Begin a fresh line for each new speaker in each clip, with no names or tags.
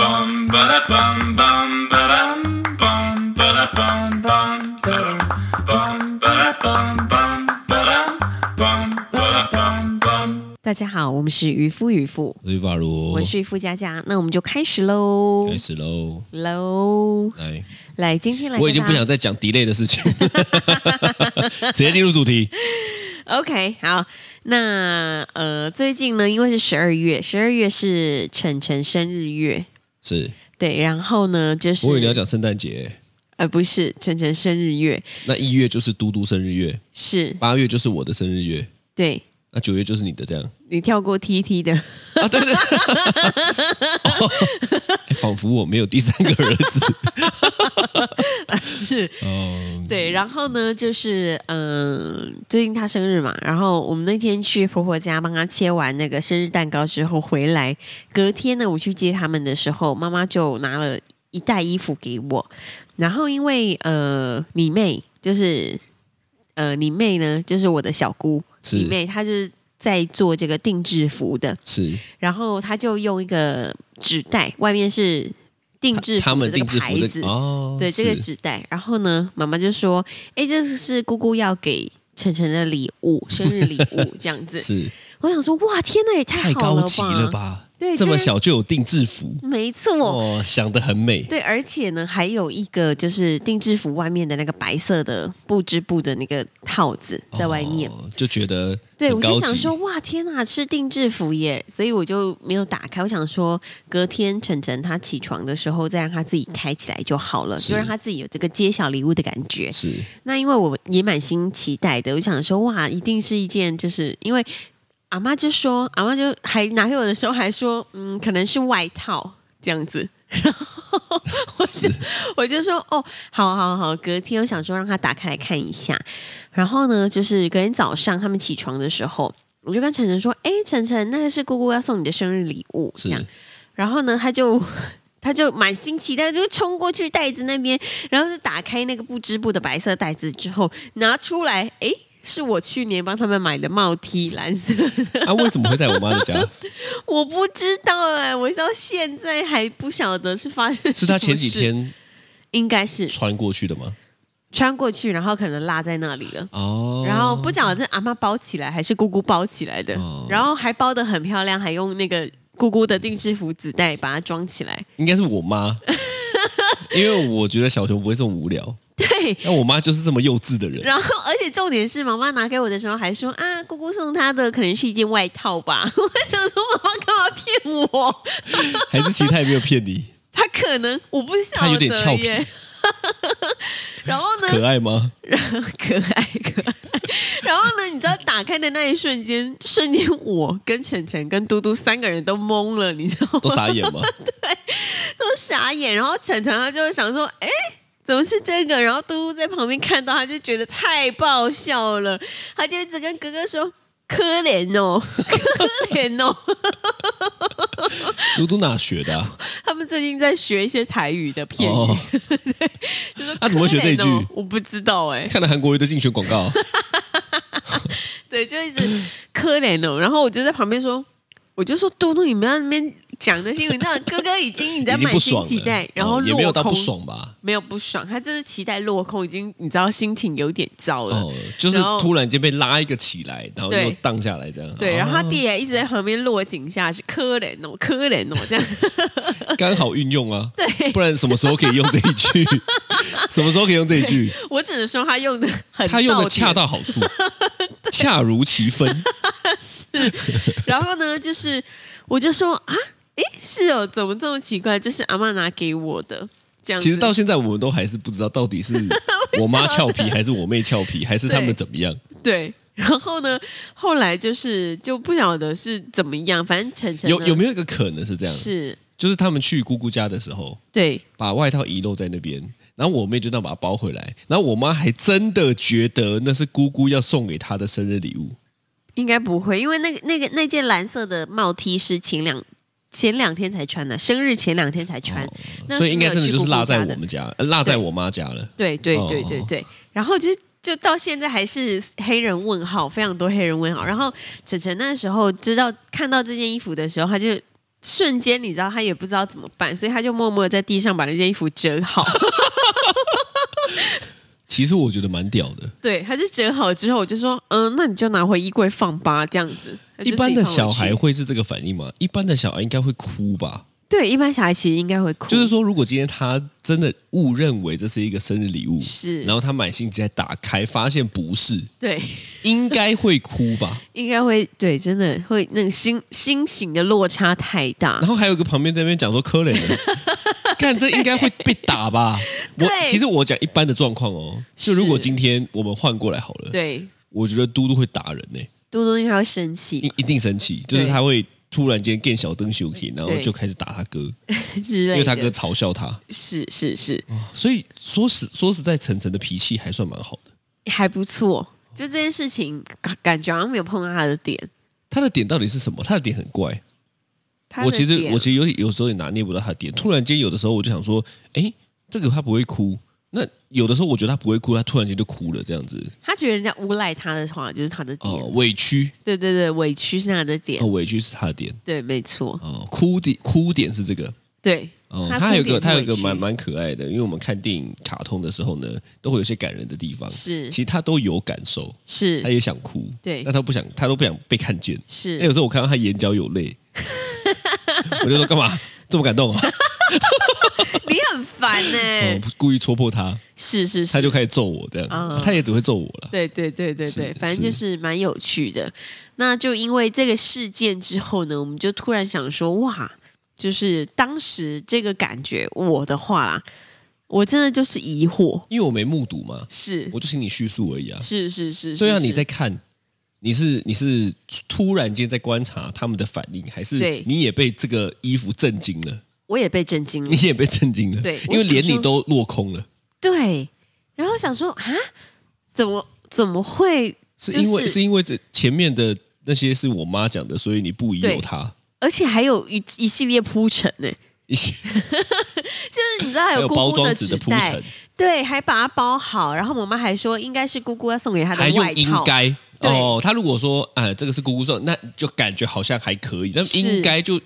bum ba da bum bum ba dum bum ba da bum bum ba dum bum ba da bum bum ba dum bum ba da bum bum.
大家好，我们是渔夫渔夫，
瑞法罗
我是渔夫佳佳，那我们就开始喽
哦开始喽，
喽，
来，
来，今天来
我已经
跟大
不
家
想再讲 delay 的 事情，直接进入主题。
OK，好，那呃，最近呢，因为是十二月，十二月是晨晨生日月，
是，
对，然后呢，就是
我以为你要讲圣诞节，
呃，不是晨晨生日月，
那一月就是嘟嘟生日月，
是
八月就是我的生日月，
对
那九月就是你的这样
你跳过 TT 的，
啊？对对对，哦哎仿佛我没有第三个 儿子
是
哦，
对，然后呢，就是嗯、呃最近他生日嘛，然后我们那天去婆婆家帮他切完那个生日蛋糕之后回来，隔天呢，我去接他们的时候，妈妈就拿了一袋衣服给我，然后因为呃，你妹就是呃，你妹呢，就是我的小姑，
是
你妹她就是在做这个定制服的，
是
然后她就用一个纸袋，外面是定制服
他们
的这个
定制服
牌
的
子
哦，
对这个
是
纸袋。然后呢，妈妈就说：“哎，这是姑姑要给晨晨的礼物，生日礼 物这样子。
是”
我想说，哇，天呐，也
太
太好
高
了
级
吧！
了吧？
对
这么
居然
小就有定制服，
没错。
哦，想得很美，
对，而且呢，还有一个就是定制服外面的那个白色的布织布的那个套子在外面。
哦就觉得
对，
很
我
高
就想
级
说，哇，天呐，是定制服耶！所以我就没有打开。我想说，隔天晨晨他起床的时候，再让他自己开起来就好了，
是
就让他自己有这个揭晓礼物的感觉。
是
那因为我也满心期待的，我想说哇，一定是一件就是因为阿妈就说，阿妈就还拿给我的时候还说，嗯，可能是外套这样子。然后我就是我就说哦，好好好，隔天我想说让他打开来看一下。然后呢，就是隔天早上他们起床的时候，我就跟晨晨说，哎，晨晨，那个是姑姑要送你的生日礼物，这
是
样。然后呢，他就 他就满心期待，就冲过去袋子那边，然后就打开那个不织布的白色袋子之后，拿出来，诶，是我去年帮他们买的帽 T，蓝色 的，
啊，为什么会在我妈的 家？
我不知道哎、我到现在还不晓得是发生
是
什
她
么
前几
事，
天
应该是
穿过去的吗？
穿过去，然后可能落在那里了。
哦，
然后不晓得是阿妈包起来还是姑姑包起来的，
哦
然后还包的很漂亮，还用那个姑姑的定制服纸袋把它装起来。
应该是我妈，因为我觉得小熊不会这么无聊，
对，
但我妈就是这么幼稚的人。
然后，而且重点是，妈妈拿给我的时候还说啊，姑姑送她的可能是一件外套吧。 我想说，妈妈干嘛骗我？
还是其他也没有骗你，
她可能我不晓
她有
得
点俏皮
耶。 然后呢？
可爱吗？
可爱可爱。然后呢，你知道打开的那一瞬间，瞬间我跟晨晨跟嘟嘟三个人都懵了，你知道
都
吗？
傻眼 吗？
都傻眼。然后晨晨他就会想说，哎。怎么是这个？然后嘟嘟在旁边看到，他就觉得太爆笑了，他就一直跟哥哥说：“可怜哦， 可怜哦。
嘟嘟哪学的啊？”
他们最近在学一些台语的片语，
哦，
就说：“
他怎么会学这一句
可怜哦我不知道哎、
看了韩国瑜的竞选广告，
对，就一直可怜哦。然后我就在旁边说，我就说嘟嘟，你们在那边讲这些，你知道哥哥已经你在
已经
满
不
心
爽
期待
了，，
然后
哦
落空、
也没有到不爽吧？
没有不爽，他就是期待落空，已经你知道心情有点糟了。
哦，就是
然后
突然间被拉一个起来，然后又
对
荡下来这样。
对，然后他
哦
弟也一直在旁边落井下石，可怜哦，可怜哦，这样
刚好运用啊，对，不然什么时候可以用这 一句？什么时候可以用这一句？
我只能说他用的很，
他用的恰。到好处，恰如其分。
然后呢，就是我就说啊，诶，是哦，怎么这么奇怪？这是阿妈拿给我的，这样子。
其实到现在我们都还是不知道 到底是我妈俏皮，还是我妹俏皮，还是他们怎么样？
对，然后呢，后来就是就不晓得是怎么样，反正晨晨
有有没
有
有一个可能是这样？
是
就是他们去姑姑家的时候，
对
把外套遗漏在那边，然后我妹就这样把它包回来，然后我妈还真的觉得那是姑姑要送给她的生日礼物。
应该不会，因为那个那个那件蓝色的帽 T 是前两前两天才穿的，生日前两天才穿，那
哦所以应该真的就是落在
没有去姑姑家
我
的。
们家，呃落在
对
我妈家了。
对对
哦
对对对，然后就是。就到现在还是黑人问号，非常多黑人问号。然后晨晨那时候知道看到这件衣服的时候，他就瞬间你知道他也不知道怎么办，所以他就默默地在地上把那件衣服折好。
其实我觉得蛮屌的。
对，他就折好之后，我就说，嗯，那你就拿回衣柜放吧，这样子。他就
一般的
自己放
小
回去
孩会是这个反应吗？一般的小孩应该会哭吧？
对，一般小孩其实应该会哭，
就是说，如果今天他真的误认为这是一个生日礼物，
是
然后他满心期待打开，发现不是，
对，
应该会哭 吧？
应该会对，真的会那个心心情的落差太大
然。后还有一个旁边在那边讲说柯磊 呢，看这应该会被打吧？我
对
其实我讲一般的状况哦，就如果
是
今天我们换过来好了，
对，
我觉得嘟嘟会打人呢、欸
多多应该会生
一
气
一定生气，就是
对
他会突然间变小灯休息，然后
对
就开始打他哥，
之
因
类的。
为他哥嘲笑他。
是是是，
所以说实说实在，晨晨的脾气还算蛮好的。
还不错。就这件事情，感感觉好像没有碰到他的点。
他的点到底是什么？他的点很怪，
他的
我其实
点
我其实有点有时候也拿捏不到他的点。突然间有的时候我就想说，哎，这个他不会哭。那有的时候我觉得他不会哭，他突然间就哭了，这样子
他觉得人家诬赖他的话，就是他的点。
哦、委屈
对对对，委屈是他的点。
哦、委屈是他的点
对，没错。
哦、哭点哭点是这个
对，
哦、
他
他还有个
哭点是
他有一个
委屈
蛮蛮可爱的，因为我们看电影卡通的时候呢，都会有一些感人的地方，
是
呃其哎实他都有感受，他
是
也想哭，
对
但他不想，他都不想被看见。那有
是，
时候我看到他眼角有 泪，我就说干嘛这么感动啊？
你很烦呢、
嗯故意戳破他，
是是是，
他就开始揍我这
啊
样，他也只会揍我了。
对对对对对，
是
反正就是蛮有趣的。那就因为这个事件之后呢，我们就突然想说，哇，就是当时这个感觉，我的话啦，我真的就是疑惑，
因为我没目睹嘛，
是
我就听你叙述而已啊。
是是是，
对啊，
是
你在看，你是你是突然间在观察他们的反应，还是
对
你也被这个衣服震惊了？
我也被震惊了
你，也被震惊了，
对
因为
我想
连你
说
都落空了，
对，然后想说啊，怎么怎么会？
是
就是
因为是因为这前面的那些是我妈讲的，所以你不疑
对
有他。
而且还有一一系列铺陈呢，
一些
就是你知道还
还有
有姑
包
姑
装纸
纸
的铺
袋
陈，，
对，还把它包好。然后我妈还说，应该是姑姑要送给她的
还
外
用应
套。
该
对
哦。他如果说啊，这个是姑姑送，那就感觉好像还可以，但
是
应该就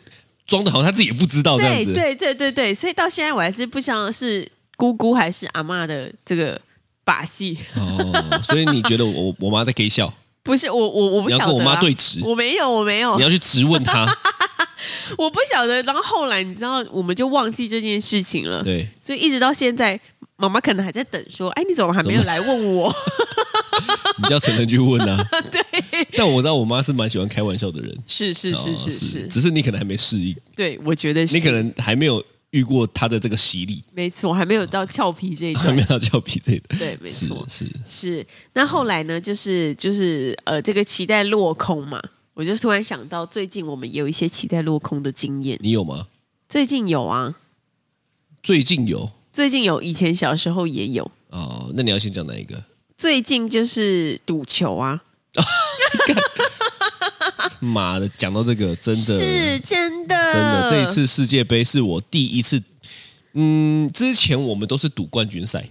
装的好像他自己也不知道这样
对
子。
对对对对，所以到现在我还是不知道是姑姑还是阿嬷的这个把戏。
哦，所以你觉得我我妈在给笑？
不是我 我我不
你
晓
要
得、啊，
跟我妈对质，
我没有我没有
你，要去质 问她。
我不晓得。然后后来你知道，我们就忘记这件事情了，
对，
所以一直到现在，妈妈可能还在等说，哎，你怎么还没有
怎
来问 我？
你叫晨晨去问 啊。对，但我知道我妈是蛮喜欢开玩笑的人。
是是是
哦
是是，
只是你可能还没适应，
对，我觉得是，
你可能还没有遇过她的这个 洗礼，
没错，还没有到俏皮这一
还
段
没。有到叫皮这的。
对，没
是
错，
是，
是。那后来呢？就是就是呃，这个期待落空嘛，我就突然想到，最近我们有一些期待落空的经验。
你有吗？
最近有啊，
最近有
最近有，以前小时候也有。
哦，那你要先讲哪一个？
最近就是赌球啊，
妈的，讲到这个，真的
是啊真的，
真的，这一次世界杯是我第一次。嗯，之前我们都是赌冠军赛，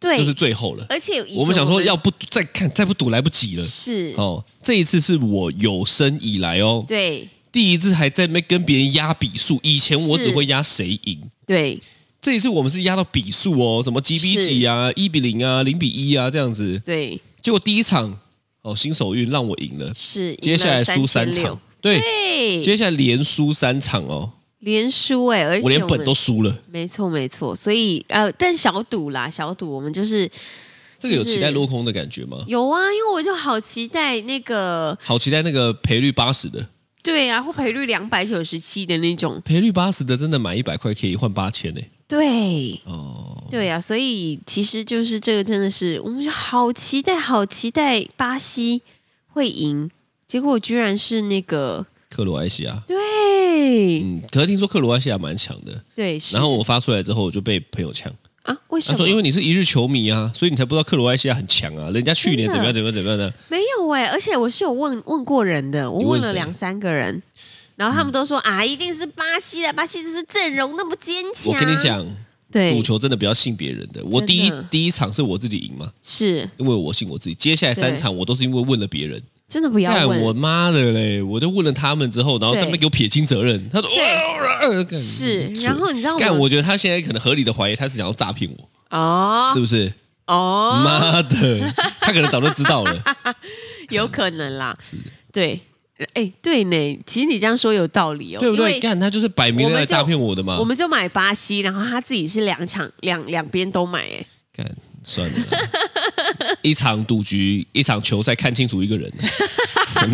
对，
就是最后了。
而且以前
我们想说要不再看，再不赌来不及了。
是、
哦，这一次是我有生以来哦，
对
第一次还在那边跟别人压比数。以前我
是
只会压谁赢，
对
这一次我们是压到比数哦，什么几比
是
几啊，一比零啊，零比一啊这样子。
对
结果第一场哦，新手运让我赢了，
是，赢
接下来
了
输三
3600
场，，对，
对，
接下来连输三场哦，
连输哎、而且
我连本
们
都输了。
没错没错，所以呃，但小赌啦，小赌我们就是
这个有
就是
期待落空的感觉吗？
有啊，因为我就好期待那个，
好期待那个赔率八十的，
对啊，或赔率两百九十七的那种，
赔率八十的真的买一百块可以换八千呢。
对
哦，
对啊，所以其实就是这个真的是，我们就好期待，好期待巴西会赢，结果居然是那个，
克罗埃西亚，
对、
嗯，可是听说克罗埃西亚蛮强的，
对，是
然后我发出来之后我就被朋友呛，
啊，为什
他
么？
说因为你是一日球迷啊，所以你才不知道克罗埃西亚很强啊，人家去年怎么样怎么样怎么样的，
没有哎、而且我是有问问过人的，我
你问
了
谁嗯
两三个人，然后他们都说、啊，一定是巴西的，巴西这是阵容那么坚强。
我跟你，讲，
对
赌，球真的不要信别人的。我第一
真的
第一场是我自己赢嘛，
是
因为我信我自己，接下来三
对
场我都是因为问了别人，
真的不要
干
问。
我妈的嘞！我就问了他们之后，然后
对
他们给我撇清责任，他说哦
对
哇呃干
是，
蠢
然后你知道
嗯干，
我
我觉得他现在可能合理的怀疑他是想要诈骗我，是
哦
不是？
哦，
妈的，他可能早就知道了。
有可能啦，
是
对，哎，对呢，其实你这样说有道理哦，
对不
因
对？
为
干，他就是摆明
我
了
们
来
就
诈骗我的嘛
我。们就买巴西，然后他自己是两场两两边都买，哎，
干，算了 啦。一场赌局，一场球赛，看清楚一 个人。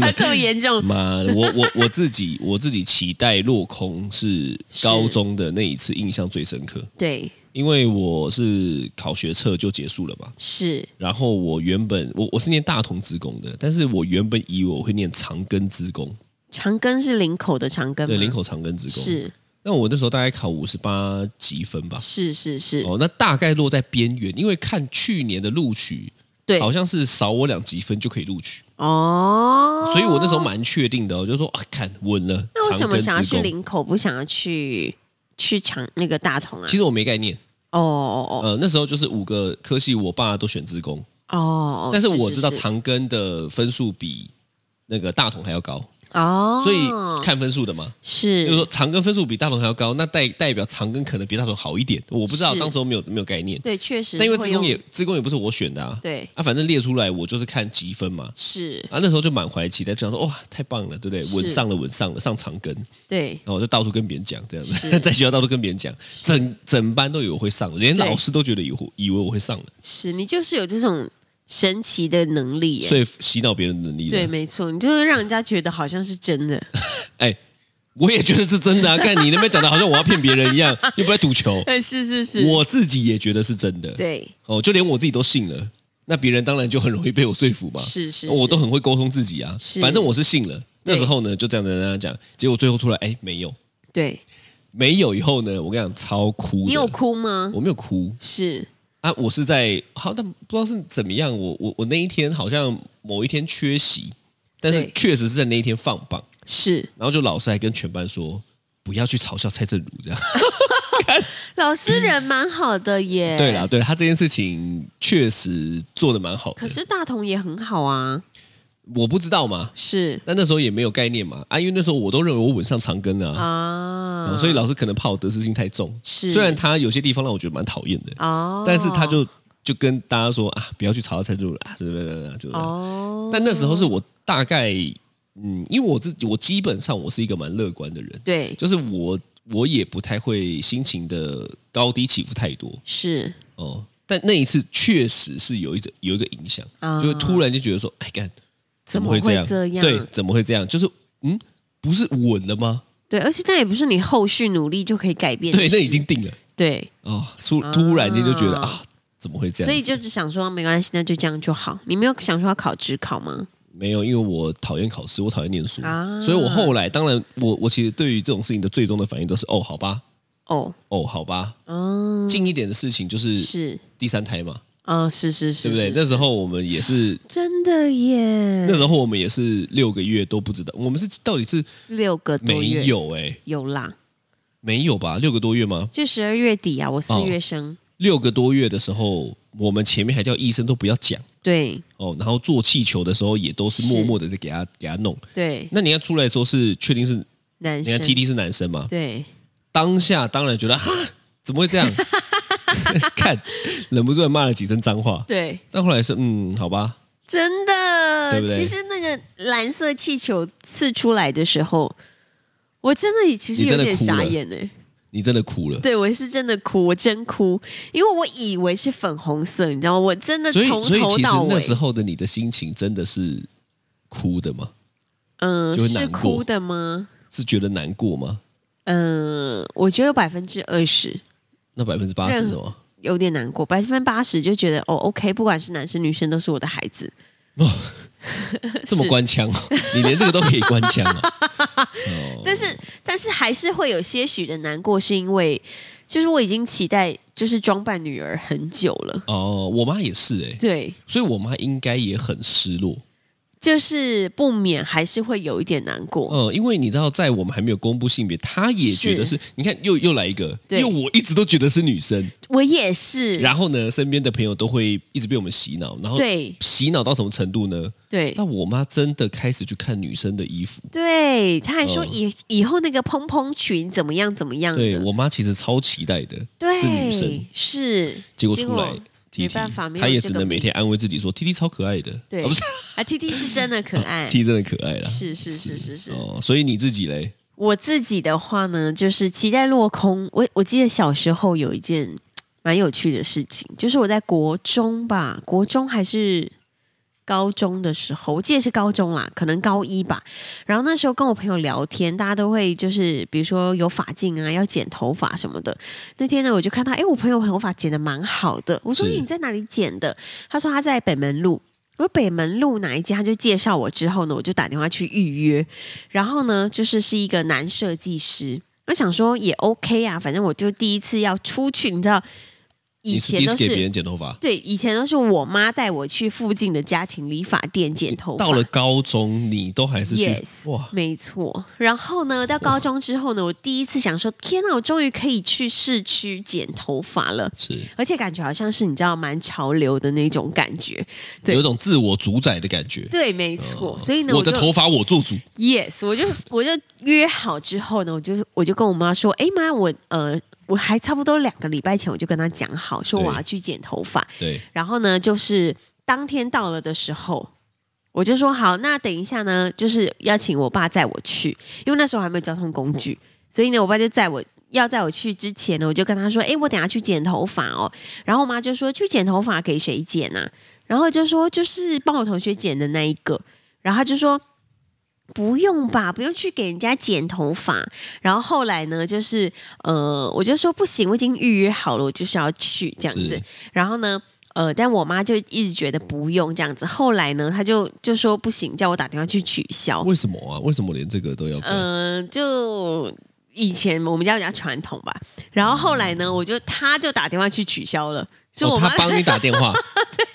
他这么严重，
嗯妈，我我我自己我自己期待落空是
是
高中的那一次印象最深刻，
对，
因为我是考学测就结束了嘛。
是
然后我原本我我是念大同职工的，但是我原本以为我会念长庚职工，
长庚是林口的长庚吗，
对，林口长庚职工。
嗯是
那我那时候大概考五十八积分吧，
是是是，
哦，那大概落在边缘，因为看去年的录取，
对，
好像是少我两积分就可以录取，
哦，
所以我那时候。蛮确定的、哦，就说啊，看稳了，
那为
长
什么
庚
想要
职
去
工。
林口，不想要去去长那个大同啊？
其实我没概念，
哦哦
呃，那时候就是五个科系，我爸都选职工，
哦哦，
但是我知道
是
长庚的分数比那个大同还要高，
哦，
所以看分数的嘛。就是
是
说长庚分数比大同还要高，那代代表长庚可能比大同好一点，我不知道，
是
当时候没有没有概念。
对，确实
但
会
因为
用，
职工也职工也不是我选的啊，
对
啊，反正列出来我就是看积分嘛，
是，
啊，那时候就满怀期待，就想说哇，太棒了，对不对？
是
稳上了，稳上了，上长庚，
对
然后我就到处跟别人讲这样
是
子， 在学校到处跟别人讲，整整班都以为我会上，连
对
老师都觉得以为以为我会上了，
是，你就是有这种神奇的能力耶
所。以洗脑别人的能力了。
对，没错，你就是让人家觉得好像是真 的。
哎，我也觉得是真的啊，看你那边讲的好像我要骗别人一样，又不在赌球，
哎，是是是，
我自己也觉得是真的。
对
哦，就连我自己都信了，那别人当然就很容易被我说服嘛。
是是，
哦我
是
都很会沟通自己啊
是，
反正我是信了。
对
那时候呢，就这样子跟他讲，结果最后出来，哎，没有，
对。
没有。以后呢，我跟你讲，超哭的。
你有？哭吗？
我没有哭
是
啊，我是在好，但不知道是怎么样，我我我那一天好像某一天缺席，但是
对
确实是在那一天放榜，
是，
然后就老师还跟全班说。不要去嘲笑蔡正如这样。
老师人蛮好的耶。
对啦，，对啦，他这件事情确实做的蛮好的。
可是大同也很好啊。
我不知道嘛，
是
但那时候也没有概念嘛，啊，因为那时候我都认为我稳上长庚了啊，
啊
啊，所以老师可能怕我得失心太重，
是
虽然他有些地方让我觉得蛮讨厌的，
哦，
但是他就就跟大家说啊，不要去嘲笑蔡助了啊，是不是？就是，
哦，
但那时候是我大概嗯，因为我自己我基本上我是一个蛮乐观的人，
对
就是我我也不太会心情的高低起伏太多
是
哦。但那一次确实是有一种有一个影响，
啊
就突然就觉得说，哎干，
怎
么
么
这
会
样？
这样
对，怎么会这样？就是嗯，不是稳了吗？
对，而且那也不是你后续努力就可以改变的
对，
事。
那已经定了
对，
哦，突突然间就觉得
啊
啊，怎么会这样？
所以就是想说没关系，那就这样就好。你没有想说要考职考吗？
没有，因为我讨厌考试，我讨厌念书，
啊
所以我后来当然，我我其实对于这种事情的最终的反应都是哦，好吧，
哦，
哦，好吧。
嗯，
近一点的事情就是
是
第三胎嘛，
啊，是是是，
对不对？
是嗯
那时候我们也是，
真的耶，
那时候我们也是六个月都不知道，我们是到底是
六个多
没
月
有哎、
有啦，
没有吧？六个多月吗？
就十二月底啊，我四
哦
月生，
六个多月的时候，我们前面还叫医生都不要讲
对
哦，然后做气球的时候也都是默默的在给他给他弄。
对，
那你要出来的时候是确定是人
男
家
生
T D 是男生嘛？
对
当下当然觉得啊，怎么会这样？ 看，忍不住地骂了几声脏话。
对，
但后来是嗯，好吧，
真的，
对不对
其实那个蓝色气球刺出来的时候，我真的其实有点傻眼哎、
你真的哭了。
对我是真的哭，我真哭，因为我以为是粉红色，你知道吗？我真的
所以
从
所以
头
其实
到尾
那，时候的你的心情真的是哭的吗？
嗯，
就会
是
难过
哭的吗？
是觉得难过吗？
嗯，我觉得有百分之二十
那百分之八十
任
是什么？
有点难过，百分之八十就觉得哦，OK，不管是男生女生都是我的孩子，
这么
是
官腔、哦，你连这个都可以官腔啊！
但是但是还是会有些许的难过，是因为就是我已经期待就是装扮女儿很久了，
哦，我妈也是哎、
对。
所以我妈应该也很失落。
就是不免还是会有一点难过。
嗯，因为你知道，在我们还没有公布性别，他也觉得是，你看又又来一个，因
对
为我一直都觉得是女生，
我也是，
然后呢，身边的朋友都会一直被我们洗脑，然后
对
洗脑到什么程度呢？
对
那我妈真的开始去看女生的衣服，
对，他还说
嗯
以、以后那个蓬蓬裙怎么样怎么样的
对我妈其实超期待的，
对
是女生，
是
结果出来。
没
TT
办法没有
她也
这
只
个
能每
命
天安慰自己说：“T T 超可爱的，
对
啊、不是
啊，T T 是真的可爱。
T 真的可爱啦。
是是是是是，
哦，所以你自己嘞，
我自己的话呢，就是期待落空。我我记得小时候有一件蛮有趣的事情，就是我在国中吧，国中还是高中的时候，我记得是高中啦，可能高一吧。然后那时候跟我朋友聊天，大家都会就是比如说有发镜啊，要剪头发什么的。那天呢，我就看他，诶，我朋友头发剪的蛮好的。我说
是
诶你在哪里剪的？他说他在北门路。我说北门路哪一家？他就介绍我之后呢，我就打电话去预约。然后呢，就是是一个男设计师。我想说也 OK 啊，反正我就第一次要出去，你知道，以
你是
前
第一
都
次
是
给别人剪头发，
对，以前都是我妈带我去附近的家庭理发店剪头发。
到了高中你都还是去
Yes
哇，
没错，然后呢，到高中之后呢，我第一次想说，天哪，我终于可以去市区剪头发了，
是
而且感觉好像是你知道蛮潮流的那种感觉。对
有一种自我主宰的感觉。
对，没错，
哦
所以呢，
我
就
的头发我做主，
yes，我就我就约好之后呢，我就我就跟我妈说，哎妈，我呃，我还差不多两个礼拜前我就跟她讲好，说
对
我要去剪头发，
对，
然后呢，就是当天到了的时候，我就说好，那等一下呢，就是要请我爸载我去，因为那时候还没有交通工具，所以呢，我爸就载我。要载我去之前呢，我就跟他说：“诶，哎我等下去剪头发哦。”然后我妈就说：“去剪头发给谁剪啊？”然后就说：“就是帮我同学剪的那一个。”然后他就说：“不用吧，不用去给人家剪头发。”然后后来呢，就是呃，我就说：“不行，我已经预约好了，我就是要去这样子。”
是
然后呢，呃，但我妈就一直觉得不用这样子。后来呢，她就就说不行，叫我打电话去取消。
为什么啊？为什么连这个都要管？
嗯、就以前我们家比较传统吧。然后后来呢，我就她就打电话去取消了。就我
嗯哦，
妈，
他帮你打电话，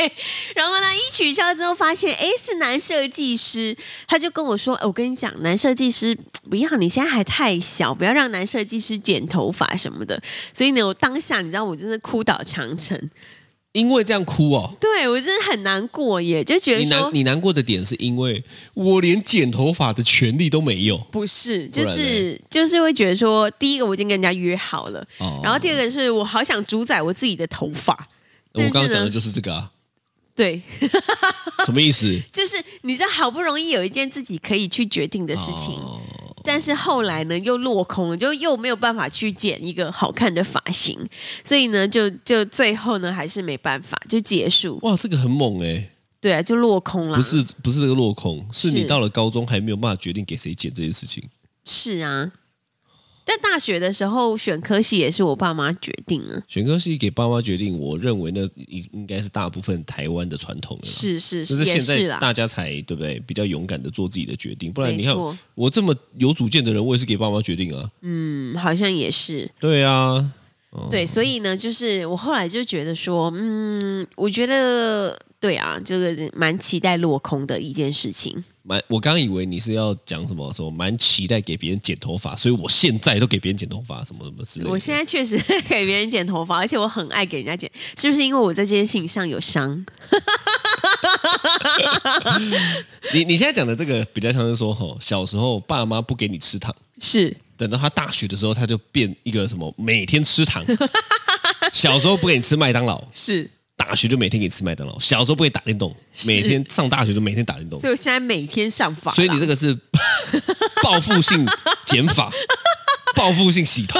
然后呢，一取消之后发现，哎，是男设计师，她就跟我说，哎我跟你讲，男设计师不要，你现在还太小，不要让男设计师剪头发什么的。所以呢，我当下你知道，我真的哭倒长城，
因为这样哭哦。
对我真的很难过耶，就觉得
你
说
难你难过的点是因为我连剪头发的权利都没有
不是，
不
就
然
是就是会觉得说，第一个我已经跟人家约好了，
哦。
然后第二个是我好想主宰我自己的头发。
我刚刚讲
但是
的
呢
就是这个啊，
对，
什么意思？
就是你知道，好不容易有一件自己可以去决 定的事情，
哦
但是后来呢又落空了，就又没有办法去剪一个好看的发型，所以呢，就就最后呢还是没办法就结束，
哇，这个很猛哎、
对啊，就落空了。
不是不是这个落空，是你
是
到了高中还没有办法决定给谁剪这件事情。
是啊，但大学的时候选科系也是我爸妈决定啊，
选科系给爸妈决定，我认为那应应该是大部分台湾的传统了啦。
是是，
就是
也
现
是
在
啦。
大家才对不对？比较勇敢的做自己的决定，不然
没
你看
错
我这么有主见的人，我也是给爸妈决定啊。
嗯，好像也是。
对啊，哦
对，所以呢，就是我后来就觉得说，嗯，我觉得对啊，这个蛮期待落空的一件事情。
蛮我刚以为你是要讲什么什么，蛮期待给别人剪头发，所以我现在都给别人剪头发，什么什么之类的。
我现在确实 给别人剪头发，而且我很爱给人家剪，是不是因为我在这件事情上有伤？
你你现在讲的这个比较像是说，吼，小时候爸妈不给你吃糖，
是
等到他大学的时候，他就变一个什么每天吃 糖。小时候不给你吃麦当劳，
是，
大学就每天给你吃麦当劳。小时候不给你打电动，每天上大学就每天打电动
所。以我现在每天上法啦，
所以你这个是报复性减法，报复性洗头，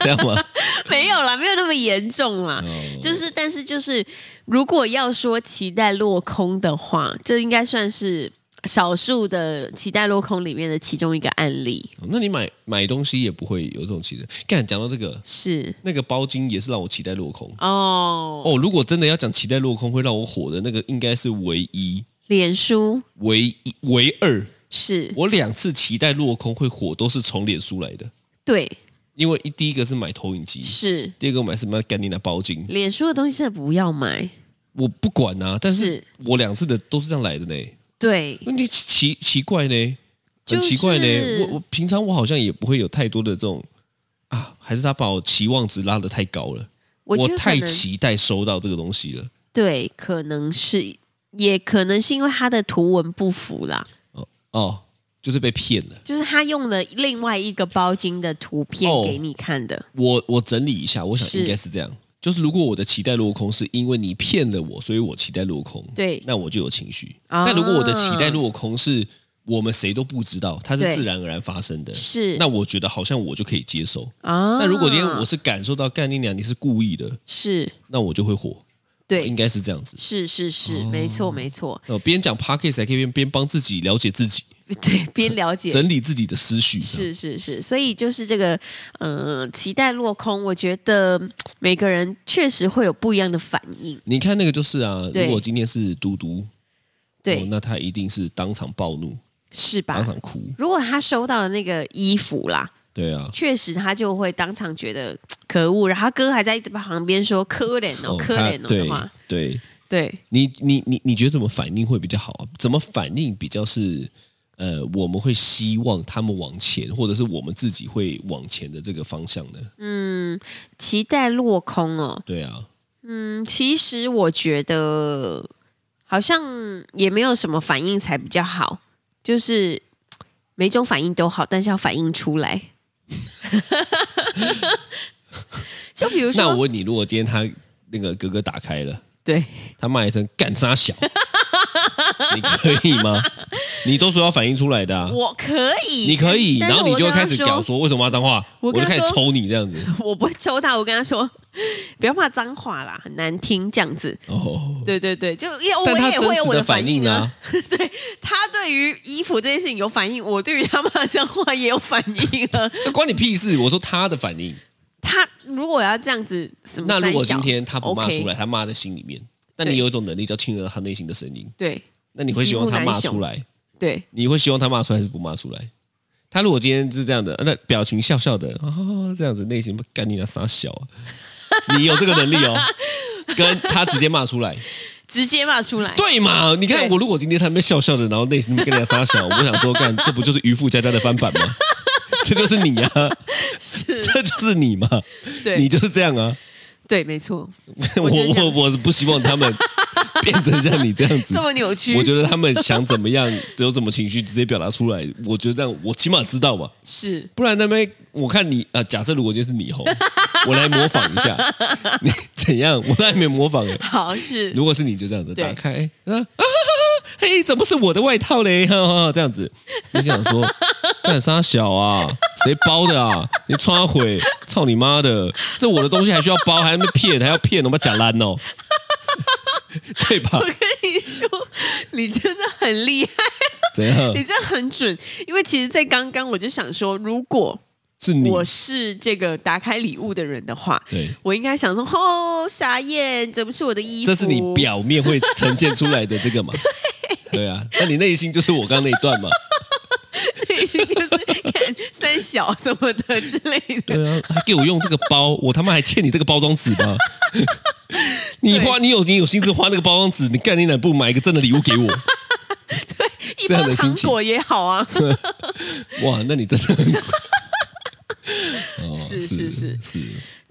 这样吗？
没有啦，没有那么严重啦。
哦
就是，但是就是，如果要说期待落空的话，这应该算是少数的期待落空里面的其中一个案例。
哦那你买买东西也不会有这种期待。干，讲到这个，
是
那个包巾也是让我期待落空。
哦，
哦，如果真的要讲期待落空会让我火的那个，应该是唯一、
脸书
唯一、唯二。
是
我两次期待落空会火，都是从脸书来的。
对，
因为一第一个是买投影机，
是
第二个买什么干你的包巾，
脸书的东西真的不要买，
我不管啊。但是
是
我两次的都是这样来的呢。
对，
你奇奇怪呢，很
就是
奇怪呢。我我平常我好像也不会有太多的这种啊，还是他把我期望值拉得太高了，
我觉得可
太
能
期待收到这个东西了。
对，可能是，也可能是因为他的图文不符啦，
哦，就是被骗了。
就是他用了另外一个包巾的图片
哦
给你看的，
我我整理一下，我想
是
应该是这样。就是如果我的期待落空，是因为你骗了我，所以我期待落空，
对
那我就有情绪。
啊
但如果我的期待落空是我们谁都不知道，它是
对
自然而然发生的，
是
那我觉得好像我就可以接受。
啊。
那如果今天我是感受到干你娘你是故意的，
是
那我就会火，应
对，
该是这样子。
是是是，没错没错，
呃，边讲 podcast 还可以边边帮自己了解自己，
对，边了解
整理自己的思绪。
是是是，所以就是这个，呃，期待落空，我觉得嗯每个人确实会有不一样的反应。
你看那个就是啊，
对
如果今天是嘟嘟，
对，
哦那他一定是当场暴怒，
是吧
当？场哭。
如果他收到的那个衣服啦，
对啊，
确实他就会当场觉得嘖可恶，然后他哥还在一直旁边说可怜哦，可
他
怜哦的话，
对对，
对
你你你你觉得怎么反应会比较好啊？怎么反应比较是呃，我们会希望他们往前，或者是我们自己会往前的这个方向呢？
期待落空哦。
对啊，
嗯，其实我觉得好像也没有什么反应才比较好，就是嘖每种反应都好，但是要反应出来。 就比如
那我
说，
问你，如果今天他那个哥哥打开了，
对，
他骂一声“干啥小”，你可以吗？你都说要反应出来的、啊。
我可以，
你可以，
但
然后你
但是我
就
跟
会
他
开始
说
屌说为什么骂脏话，
我
我
跟他
就开始
说
抽你这样子。
我不会抽他，我跟他说不要骂脏话啦，很难听这样子。
哦，
对对对，就因为
但
我
他
也
真
会有
实
我
的
反
反应
啊
啊。，
他 对于衣服这件事情有反应，我对于他骂脏话也有反应啊。
那关你屁事！我说他的反应，
他如果要这样子，什么
那如果
三小
今天他不骂出来，
，OK，
他骂在心里面，那
对
你有一种能力叫听得到他内心的声音，
对
那你会希望他骂出来？
对
你会希望他骂出来还是不骂出来？他如果今天是这样的，那表情笑笑的，哦，这样子内心干你那傻小啊！你有这个能力哦，跟他直接骂出来，
直接骂出来，
对嘛？你看
对
我如果今天他们笑笑的，然后内心跟人家傻小，我想说，干这不就是渔夫佳佳的翻版吗？ 这就是你呀、啊，这就是你嘛，你
对
就是这样啊。
对，没错，
我
觉得这
我
样
我是不希望 他们变成像你这样子
这。么扭曲，
我觉得他们想怎么样， 有什么情绪直接表达出来。我觉得这样，我起码知道嘛。
是
不然那边我看你啊、呃假设如果今天是你吼，我来模仿一下， 你怎样？我都还没模仿呢。欸
好是
如果是你就这样子
对
打开，啊啊哈哈哈，嘿，怎么是我的外套嘞？ 哈哈，这样子，你想说 干啥小啊？谁包的啊？你穿毁，操你妈的！这我的东西还需要包，还那么骗，还要骗，我妈假烂哦， 对吧
我？跟你说，你真的很厉害，
怎样
你？真的很准，因为其实，在刚刚我就想说，如果
是你
我是这个打开礼物的人的话，
对，
我应该想说，哦，傻眼，怎么是我的衣服？
这是你表面会呈现出来的这 个嘛？对啊，那你内心就是我刚刚那一段嘛？
内心 就是看三小什么的之类 的。
对啊，还给我用这个包，我他妈还欠你这个包装纸 吗？你花你有你有心思花那个包装纸，你干你奶不如买一个真的礼物给 我？
一
这
包
样的心
糖
情
果也好 啊，
哇，那你真 的很贵。哦
是是是
是，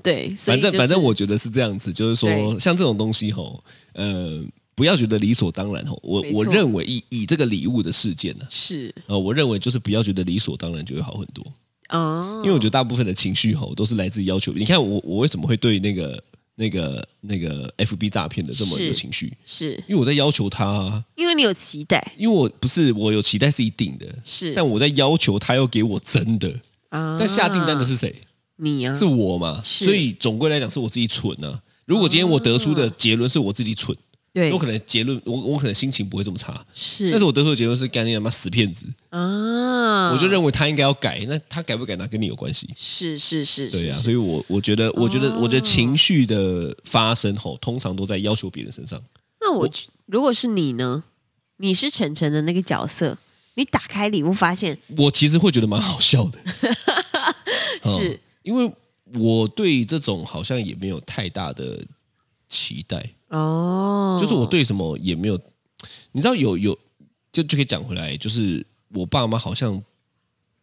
对，所以
反
就
正
是
反正我觉得是这样子，就是说
对
像这种东西吼，呃，不要觉得理所当然吼。我
没错
我认为以以这个礼物的事件呢、
是
呃，我认为就是不要觉得理所当然就会好很多，
哦
因，为我觉得大部分的情绪吼都是来自于要求。你看我我为什么会对那个那个那个 FB 诈骗的这么
是
有情绪？
是
因为我在要求他啊，
因为你有期待，
因为我不是我有期待是一定的，
是
但我在要求他要给我真的。
啊
但下订单的是谁？
你啊，
是我嘛？
是
所以总归来讲是我自己蠢啊。如果今天我得出的结论是我自己蠢，
嗯对
我，可能结论我我可能心情不会这么差。
是，
但是我得出的结论是干你他妈死骗子，
啊，
我就认为他应该要改。那他改不改那跟你有关系。
是是是，
对呀、
是哦
所以我我觉得，我觉得我的情绪的发生吼，通常都在要求别人身上。
那我如果是你呢？你是晨晨的那个角色，你打开礼物发现
我其实会觉得蛮好笑 的，哦
是
因为我对这种好像也没有太大的期待，
哦，
就是我对什么也没有，你知道有有就就可以讲回来，就是我爸妈好像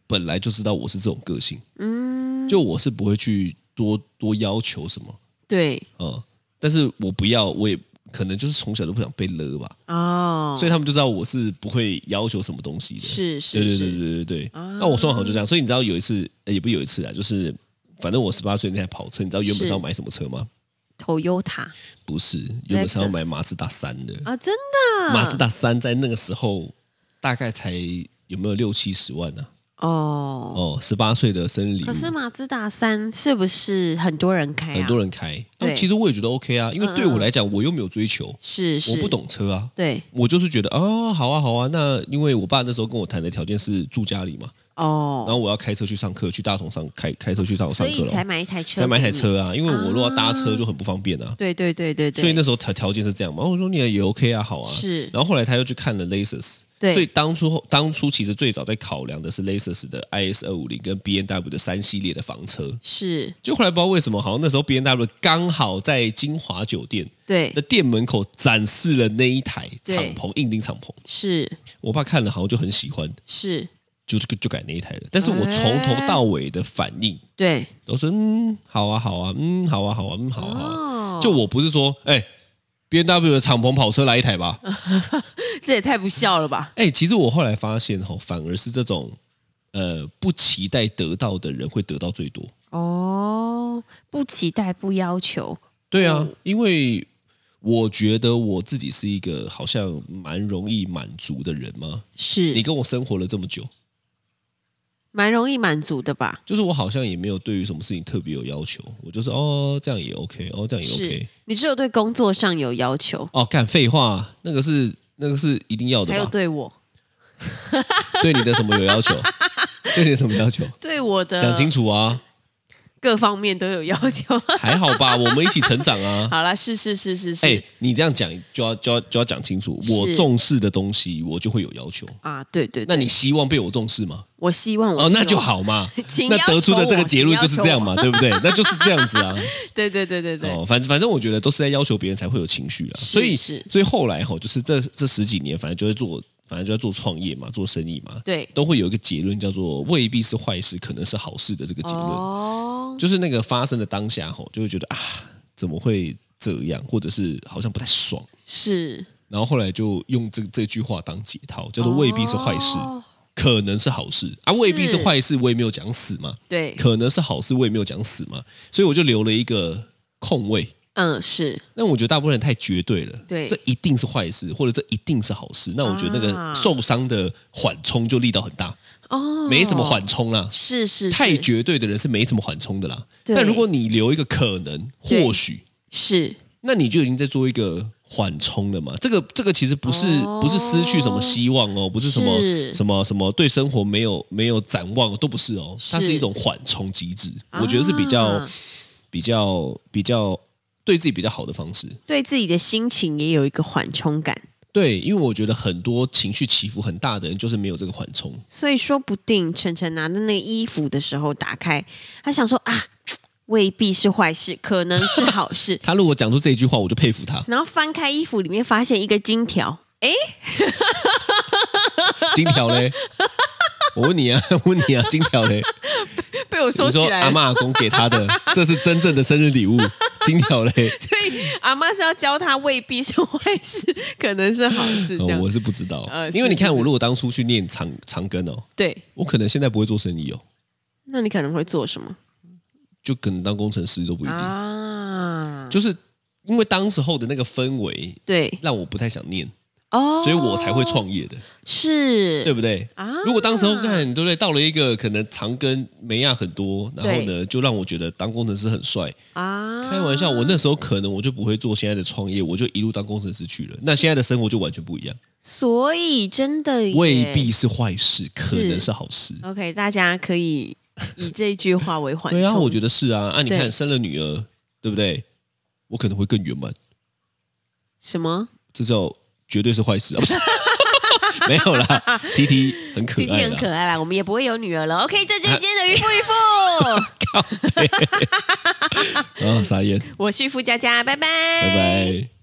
本来就知道我是这种个性，嗯，就我是不会去多多要求什么，
对
嗯，但是我不要，我也可能就是从小都不想被勒吧，
哦，
所以他们就知道我是不会要求什么东西的，
是是
对
是
对
啊
对对对对。那我说好像就这样，所以你知道有一次，呃也不是有一次啊，就是反正我十八岁那台跑车，你知道原本是要
是
买什么车吗？
头优塔
不是，原本是要
Lexus
买马自达三的。
啊，真的
马自达三在那个时候大概才有没有六七十万呢、
哦。
哦，十八岁的生日礼物
可，是马自达三是不是很多人开啊？
很多人开。但
对
其实我也觉得 OK 啊，因为对我来讲，我又没有追求，
是是，
我不，懂车啊。
对
我就是觉得哦，好啊，好啊。那因为我爸那时候跟我谈的条件是住家里嘛，然
哦，
后我要开车去上课，去大同上开开车去大同
所
上课
以
咯
才买一台车，
才买台。车啊，因为我如果要搭车就很不方便啊。
对对对对对，
所以那时候条条件是这样嘛，我说你也 OK 啊，好啊。
是
然后后来他又去看了 Lexus，
对
所以当初当初其实最早在考量的是 Lexus 的 IS 二五零跟 B N W 的三系列的房车，
是
就后来不知道为什么，好像那时候 B N W 刚好在金华酒店
对
的店门口展示了那一台
对
敞篷硬顶敞篷，
是
我爸看了好像就很喜欢，
是，
就就就改那一台了。但是我从头
啊
到尾的反应
对
都是嗯好啊好啊嗯好啊好啊嗯好啊好啊，
哦，
就我不是说哎。B N W 的敞篷跑车来一台吧，
这也太不孝了吧？
哎、其实我后来发现哈、反而是这种呃不期待得到的人会得到最多。
哦，不期待不要求，
对啊，
嗯
因为我觉得我自己是一个好像蛮容易满足的人嘛。你
是
跟我生活了这么久，
蛮容易满足的吧？
就是我好像也没有对于什么事情特别有要求，我就是哦这样也 OK，哦这样也
是
OK。
你只有对工作上有要求，
哦，干废话，那个是那个是一定要的
还有
吧？
对我
对你的什么有要求？ 对你的什么要求？
对我的
讲清楚啊，
各方面都有要求。
还好吧？我们一起成长啊。
好啦，是是是是是、
哎、你这样讲就要就要就要讲清楚，
是
我重视的东西我就会有要求。
啊，对对对
那你希望被我重视吗？
我希望我
哦，
希望
那就，好嘛
请。
那
要
得出的
求
这个
我
结论就是
请要
这样嘛，对不对？那就是这样 子啊。
对对对对对，
哦，反正反正我觉得都是在要求别人才会有情绪啊。
是
所以
是
所以后来哈、就是这这十几年，反正就在做，反正就在做创业嘛，做生意嘛，
对
都会有一个结论叫做未必是坏事，可能是好事的这个结论。
哦，
就是那个发生的当下吼，就会觉得啊，怎么会这样，或者是好像不太爽。
是
然后后来就用这这句话当解套，叫做未必是坏事，
哦
可能是好事啊，
是嗯
未必是坏事，我也没有讲死嘛，
对，
可能是好事，我也没有讲死嘛，所以我就留了一个空位。
嗯，是
那我觉得大部分人太绝对了，
对
这一定是坏事，或者这一定是好事。那我觉得那个
啊
受伤的缓冲就力道很大，
哦，
没什么缓，冲啦。
是是
太
是
绝对的人是没什么缓冲的啦。
对
但如果你留一个可能，
对
或许，
是
那你就已经在做一个缓冲了嘛？这个这个其实不是、
哦
不是失去什么希望哦，不是什么
是
什么什么对生活没有没有展望哦，都不是哦，
是
它是一种缓冲机制，
啊
我觉得是比较、比较比较对自己比较好的方式。
对自己的心情也有一个缓冲感，
对，因为我觉得很多情绪起伏很大的人就是没有这个缓冲，，
所以说不定晨晨拿的那个衣服的时候打开，他想说啊，未必是坏事，可能是好事。
他如果讲出这一句话，我就佩服他
然后翻开衣服里面发现一个金条，哎，
金条 嘞，我问你啊， 我问你啊，金条嘞，
被我收
你
起
说
来
阿
了。
嬷阿公给他的，这是真正的生日礼物，金条 嘞。
所以阿妈是要教他未必是坏事，可能是好事这
哦，
样。
我是不知道，
呃
因
是
为你看，
是
我
是
如果当初去念长长庚哦，
对，
我可能现在不会做生意哦，
那你可能会做什么
就可能当工程师都不一定。
啊？
就是因为当时候的那个氛围，
对
让我不太想念，
哦，
所以我才会创业的，
是，
对不对？
啊
如果当时候看，对不对？到了一个可能长庚美亚很多，然后呢，就让我觉得当工程师很帅。
啊，
开玩笑，我那时候可能我就不会做现在的创业，我就一路当工程师去了。那现在的生活就完全不一样，
所以真的耶
未必是坏事，可能是好事。
OK，大家可以以这句话为缓冲。
对啊，我觉得是啊。啊，你看
对
生了女儿，对不对？我可能会更圆满，
什么
这叫绝对是坏事啊！不 是，没有啦，T T 很可
弟弟
爱
很可
啦。啊
爱啦，我们也不会有女儿了。OK，这就是今天的渔夫渔夫，
啊，傻眼，
我是付佳佳，拜拜，拜
拜拜。